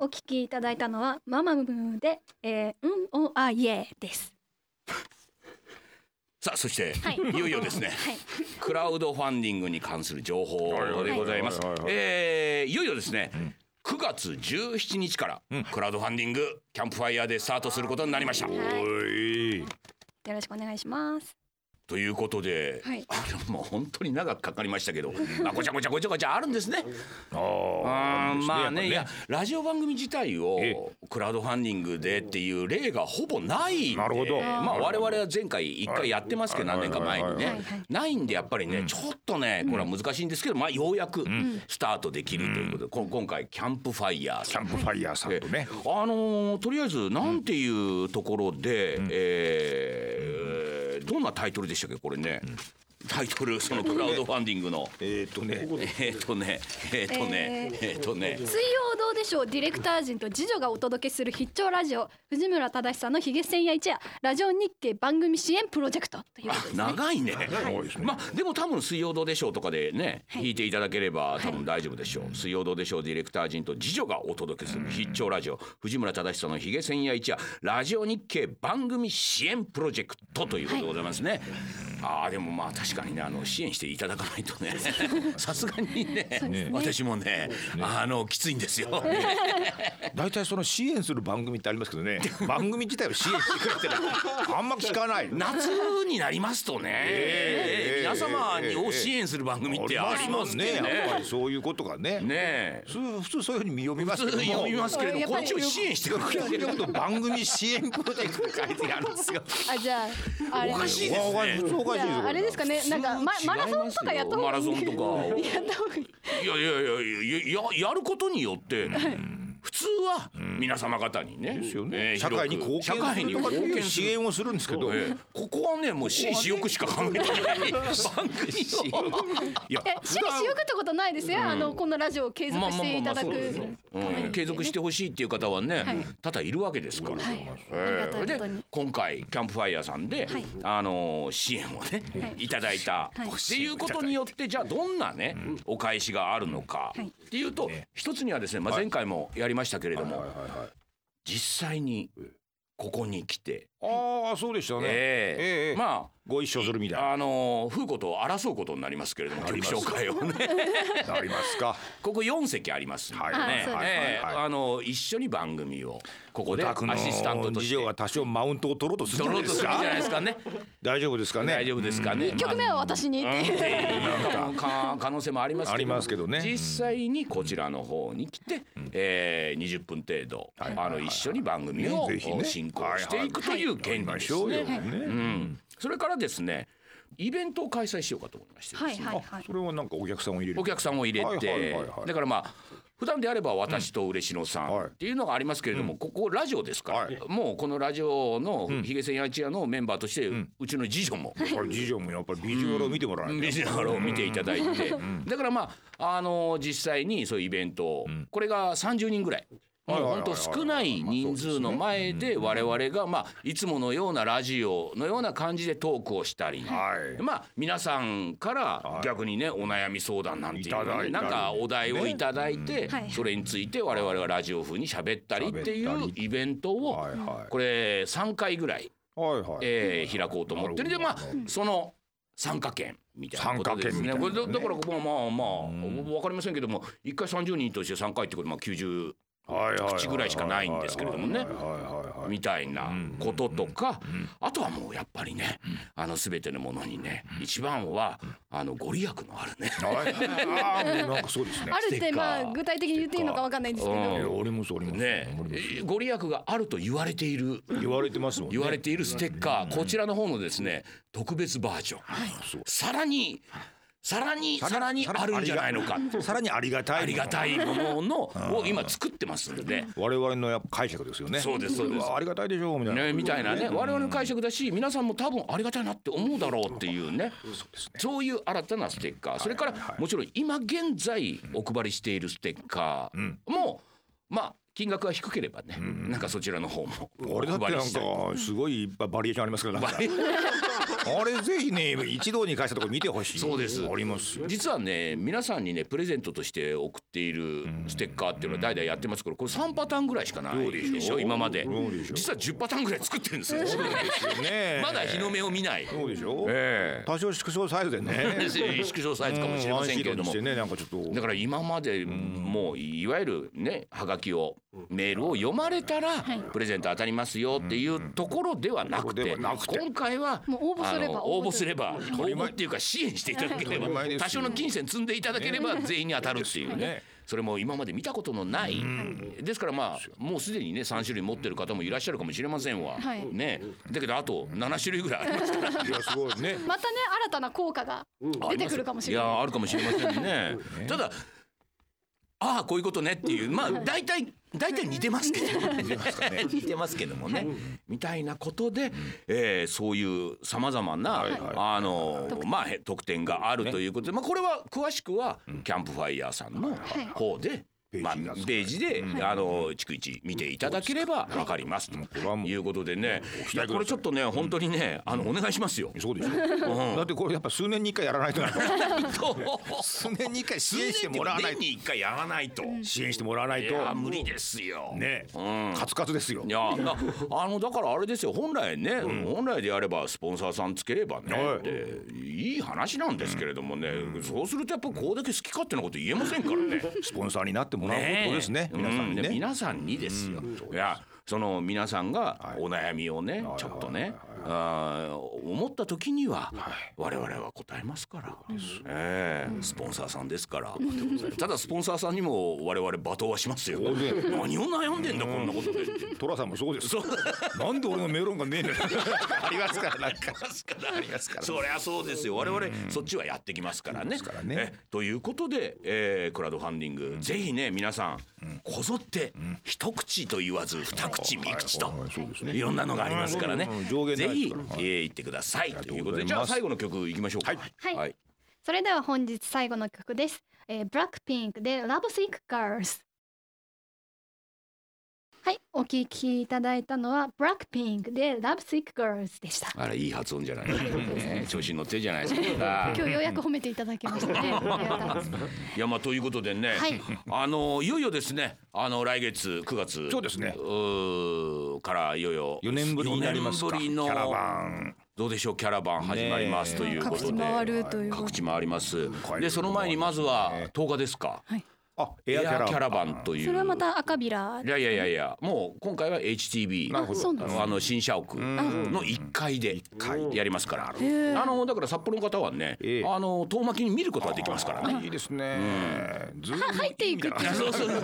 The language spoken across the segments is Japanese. お聞きいただいたのはママムーで、えー、うんおあいえです。さあそして、はいい、よい よですね、はいクラウドファンディングに関する情報でございますはいはいはいはいはいえーいよいよですね、9月17日からうんクラウドファンディングキャンプファイヤーでスタートすることになりました。はいおいよろしくお願いします。ということで、はいあのもう本当に長くかかりましたけど、まあ、ごちゃごちゃごちゃごちゃあるんですね。ああーーまあねいやっやラジオ番組自体えをクラウドファンディングでっていう例がほぼないんでなるほどまあ我々は前回一回やってますけどはい何年か前にはいはいねはいはいないんでやっぱりねちょっとねこれは難しいんですけどまあようやくスタートできるということでこ今回キャンプファイヤーぱりねキさャんンプファイヤーさんとねええあのーとりあえずなんていうところで、えーどんなタイトルでしたっけこれね、タイトルそのクラウドファンディングの。えっとねえーっとね、えーっとね、えーっとね、水曜どうでしょうディレクター陣と次女がお届けする必聴ラジオ藤村忠さんのひげ千夜一夜ラジオ日経番組支援プロジェクトというこあとですね。長いね。多いですねまあでも多分「水曜どうでしょう」とかでね、はい弾いていただければ多分大丈夫でしょう「水曜どうでしょう」ディレクター陣と次女がお届けする必聴ラジオ藤村忠久のひげ千夜一夜ラジオ日経番組支援プロジェクトということでございますね。ああでもまあ確かにねあの支援していただかないとねさすがにねね私もねあのきついんですよ。大体その支援する番組ってありますけど ね番組自体を支援してくれてないあんま聞か ない夏になりますとね、ええ皆様ええにを支援する番組ってありますけどありますねやっぱねり。そういうことがねねえ普通普通そういうふうに身を見ます普けど通も読みますけれどやもっぱこっりちを支援してくれてるよく番組支援プロジェクト って書いてあるんですよ。あじゃああれおかしいですねわわ普通おかじしいですゃよ。ああれですかねなんかママラソンとかやった方マがいラいソンとかやった方がいい。いやいやいやいやややることによって普通は皆様方にねですよえね。ー社会に広く貢社献す会るにとかって貢いう献す支る援をするんですけど、ええここはねもう私利私欲しか考えて ない番組をいやえ、私利私欲ってことないですよ。あのこのラジオを継続していただくまたあまあめでまあまあそうですすよね。うん継続してほしいっていう方はね、はい多々いるわけですから。はいあえりがえたいでことに今回キャンプファイヤーさんで、はいあのー支援をね、はいい、ただいた、はいっていうことによってじゃあどんなね、お返しがあるのか、はいっていうと、一つにはですね、まあ、前回もやりましたけれども、はいはいはい実際にここに来て、ああそうでしたね。ええええまご一緒するみたいああのー風子と争うことになりますけれどもなり曲ます紹介をねな。ありますか。ここ4席ありますんでね、はいあそうですええはいはいはいあのー一緒に番組をここでア宅のシスタントと事して情が多少マウントを取ろうとするドんロッでとすするんじゃないか。ですかね。大丈夫ですかね。大丈夫ですかね。一曲目は私にっまあてうんいっう。ていうか可能性もありますけどありますけどね実際にこちらの方に来て、えー、20分程度、はいはいはいあの一緒に番組ねを、ぜひね進行していくという原理まですしょうね。ようね。ん、それからですねイベントを開催しようかと思いましてですね、はいはいはあいそ。れはなんかお客さんを入れる。お客さんを入れて、はいはいはいはいだからまあ普段であれば私と嬉野さんはいっていうのがありますけれども、ここラジオですから、はいもうこのラジオのひげせんやちやのメンバーとして、うちの次女もこれ事情もやっぱりビジュアルを見てもらわないとビジュアルを見ていただいて、だからまあ、あの実際にそういうイベントを、これが30人ぐらい。もうはいはいは本い当少ない人数の前で我々がまあいつものようなラジオのような感じでトークをしたり、はいまあ皆さんからはい逆にねお悩み相談なんていういたのだねいなたりんかお題をいただいてはいそれについて我々がラジオ風に喋ったりってい喋うったイベントをはいはいこれ3回ぐらいはいはい。えー開こうと思ってるでまあなるその参加券みたいなことですね。参加券みたいなこねれだだからここはまあまあ分かりませんけども1回30人として3回ってことまあ90はいはいはい口ぐらいしかないんですけれどもねはいはいはいはいみたいなこととかあとはもうやっぱりねあの全てのものにね一番はあのご利益のあるね。はいあーもうなんかそうですねあ。るっステてッカーまあ具体的に言っていいのかわかんないんですけうんど。いや俺もそうありますね俺もそうえご利益があると言われている言われてますもんね。言われているステッカーこちらの方のですね特別バージョンそうさらにさらにさらにあるんじゃないのかさらにありがたい。ありがたいもののを今作ってますんで。我々のやっぱ解釈ですよね。そうですそうですわありがたいでしょうみたいな。ね、みたいなね我々の解釈だし皆さんも多分ありがたいなって思うだろうっていうねそういう新たなステッカーそれからもちろん今現在お配りしているステッカーもまあ金額が低ければねなんかそちらの方もお俺だって配なりんしたいかすごいいっぱいバリエーションありますからなんかバリエあれぜひね一堂に会したとこ見てほしいそうですありますよ実はね皆さんにねプレゼントとして送っっているステッカーっていうのは代々やってますけどこれ3パターンぐらいしかないでしょ今までそうでしょ実は10パターンぐらい作ってるんですよね まだ日の目を見ないそうでしょ、え多少縮小サイズで ね縮小サイズかもしれませんけれどもうんワンシートにしてねなんかちょっとだから今までもういわゆるねはがきをメールを読まれたらはいプレゼント当たりますよっていうところではなくてではなくて今回はもう応募すればあの応募すれば応り前募っていうか支援していただければ当たり前ですよ多少の金銭積んでいただければ全員に当たるっていうねね。それも今まで見たことのない、ですからまあもうすでにね3種類持ってる方もいらっしゃるかもしれませんわ、はいねだけどあと7種類ぐらいありますからいやすごいねまたね新たな効果が出てくるかもしれないいやあるかもしれませんねただああこういうことねっていうまあ大体大体似てますけど 似てますけどもねみたいなことで、えーそういうさまざまな、はいはいあのまあへ特典があるということで、まあ、これは詳しくはキャンプファイヤーさんの方で。ページまあ、になってますページで、あの逐一見ていただければわかりますとれはもういうことでね期待いやくださいこれちょっとね本当にねあのお願いします よ。そうでしょ、だってこれやっぱ数年に一回やらないと な数年に一回支援してもらわない数年でも年に1回やらないと。い支援してもらわないとや無理ですよ。ね、うん。カツカツですよいやなあのだからあれですよ本来ね、本来でやればスポンサーさんつければね、はいでいい話なんですけれどもね、そうするとやっぱこうだけ好き勝手なこと言えませんからね。スポンサーになってもらうことですね皆さんにうね、皆さんにですよ。いやその皆さんがはいお悩みをね、はいちょっとね、あー思った時には、我々は答えますから、ええスポンサーさんですから、ただスポンサーさんにも我々罵倒はしますよ、何を悩んでんだこんなこと で。トラさんもそうですなんで俺のメロンがねえんだよありますからなんかありますからそりゃそうですよ我々そっちはやってきますからね。からねえということで、えークラウドファンディング、ぜひね皆さんこぞって一口と言わず二口三口とはいそうですねいろんなのがありますからねうんうんうん上限なぜひいですからは、えいー、行ってくださいということでありがとうございますじゃあ最後の曲いきましょうか。はいそれでは本日最後の曲です。えー、ブラックピンクで Love Sick Girls。はい、お聴きいただいたのはブラックピンクで Love Sick Girls でした。あらいい発音じゃない、 ね、調子に乗ってるじゃないですか。今日ようやく褒めていただきま したね。ありがたいですいやまあということでね、はいあのいよいよですねあの来月9月そうですねうーからいよいよ4年ぶりになりますか四年ぶりのキャラバンどうでしょうキャラバン始まりますねえというこ各と地で回るという。各地回ります帰でるその前にまずはね10日ですかあエエアキャアラキャラバンというそれはまた赤ビラい。やいやいやいやもう今回は HTB なるほどそうなんですねあの新社屋の1階でやりますからへえあのだから札幌の方はねええあの遠巻きに見ることができますからねいいですね、ずいぶん入っていくっていうそうそうそ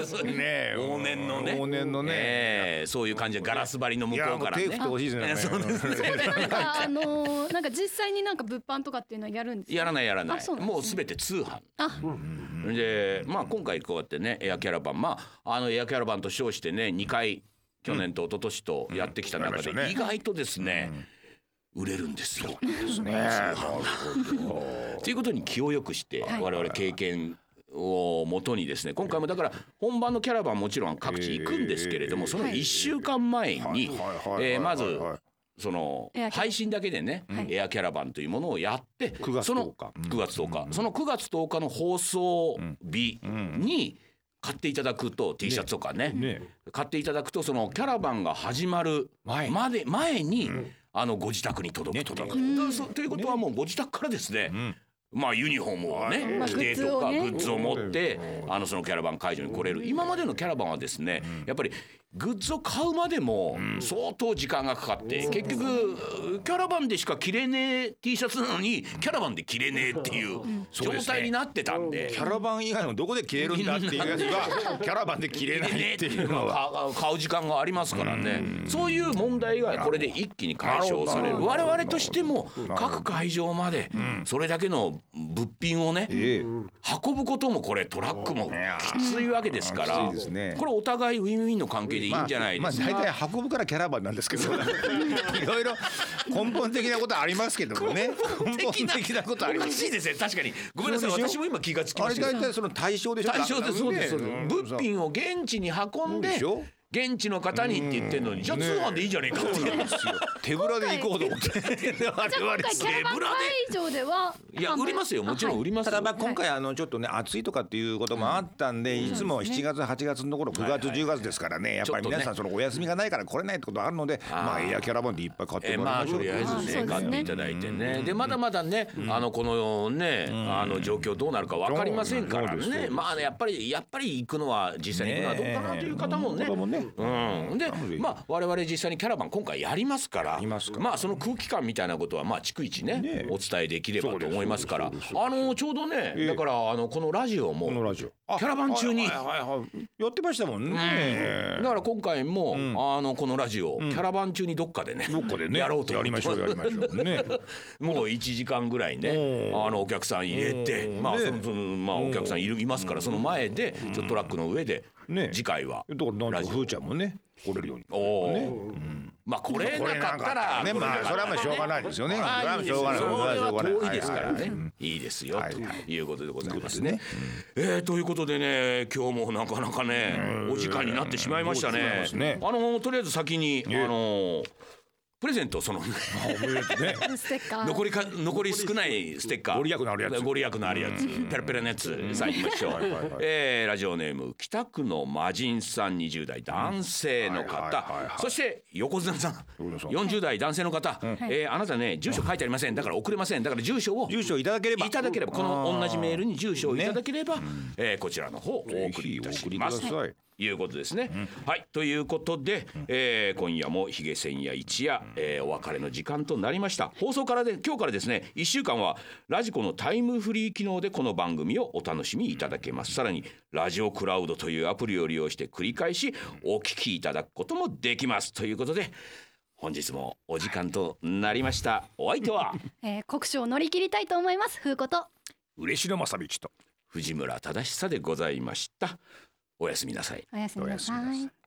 う そうね往年のね往年のね、ええそういう感じでガラス張りの向いこやうもかうら手振ねってほしいです ね。そうですね。なんかあのーなんか実際になんか物販とかっていうのはやるんですか。やらないやらなあいそうなんですねもうすべて通販あ、でまあ今回こうやってねエアキャラバンまああのエアキャラバンと称してね2回去年と一昨年とやってきた中やりましたでね意外とですね売れるんですよ。 ということに気を良くしてはい我々経験をもとにですね今回もだから本番のキャラバンもちろん各地行くんですけれどもその1週間前にえーまずそのエアキャラ配信だけでね、はいエアキャラバンというものをやって、 9月その10日9月10日、その9月10日の放送日に買っていただくと、T シャツとかねね買っていただくとそのキャラバンが始まる前まで前に、あのご自宅に届くと,、ねだからそということはもうご自宅からですね、まあユニフォームをねまあ着てとかググッズをねッズを持ってあのそのキャラバン会場に来れる今までのキャラバンはですねやっぱりグッズを買うまでも相当時間がかかって結局キャラバンでしか着れねえ T シャツなのにキャラバンで着れねえっていう状態になってたんでキ。ャラバン以外のどこで消えるんだっていうやつ がキャラバンで切れないっていうの買は。う買う時間がありますからねそういう問題がこれで一気に解消されなるるほど我々としても各会場までそれだけの物品をねええ運ぶこともこれトラックもきついわけですからきついですねこれお互いウィンウィンの関係でいいんじゃないですか。まあ、まあ大体運ぶからキャラバンなんです けどいろいろ根本的なことありますけどもね根本的なことあ りおまかすしいですね確かにごめんなさいそうでしょ私も今気がつきあまれした大体その対象でしょ対象ですそうですそうですね物品を現地に運んそうででしょ現地の方にって言ってんのにじゃあ通販でいいじゃねえかっていう手ぶらで行こうと思って。 我じゃあ今々回キャラバン会場ではいや売りますよもちろん売りますたよだまあ今回あのちょっとね暑いとかっていうこともあったんでいつも7月8月のところ9月10月ですからねやっぱり皆さんそのお休みがないから来れないってことあるのでまあエアキャラバンでいっぱい買っえてーもまらあいましょとうりよあえあずそうですねね買っていただいてねでまだまだねあのこのねあの状況どうなるかわかりませんからうんそうですそうねですまあねやっぱりやっぱり行くのは実際に行くのはどうかなという方もねねえうんうんでのでまあ我々実際にキャラバン今回やりますからやりますからまあその空気感みたいなことはまあ逐一ねねえお伝えできればと思いますからそうですあのちょうどねええだからあのこのラジオこのもラジオあキャラバン中にはいはいはいやってましたもんだねから今回もあのこのラジオキャラバン中にどっかでねどっかでねやろうと思っやてりましょうやりましょう ねもう1時間ぐらいねうんあのお客さん入れてうんまあねそのそのまあお客さんいるいますからその前でちょっとトラックの上でね次回はだからなラんジとオふーちゃんもね来れるようにおおまあこれなかったらねまあそれはまあしょうがないですよねそれはしょうがないそれしょうはがない遠いですからははねはいいですよはいとはいいうことでございますというねこえーということでね今日もなかなかねお時間になってしまいましたそうでございねますねあのとりあえず先にあえのプレゼントそのあおめでとうねステッカー残りか残り少ないステッカーご利益のあるやつご利益のあるやつペラペラのやつさあ行きましょうはいはいはいえーラジオネーム北区の魔人さん20代男性のうんはいはいはい方はいそして横綱さん横綱さん40代男性の方えーあなたね住所書いてありませんだから送れませんだから住所を住所いただけれ ばいただければこの同じメールに住所をいねただければえーこちらの方おぜ送りひいおたし送りくまだすさいいうことですね。はいということで、えー今夜もひげせんや一夜、えーお別れの時間となりました放送からで今日からですね1週間はラジコのタイムフリー機能でこの番組をお楽しみいただけますさらにラジオクラウドというアプリを利用して繰り返しお聞きいただくこともできますということで本日もお時間となりましたお相手はえー酷暑を乗り切りたいと思います風子と嬉野正道と藤村忠久でございましたおやすみなさいおやすみなさおやすみなさいい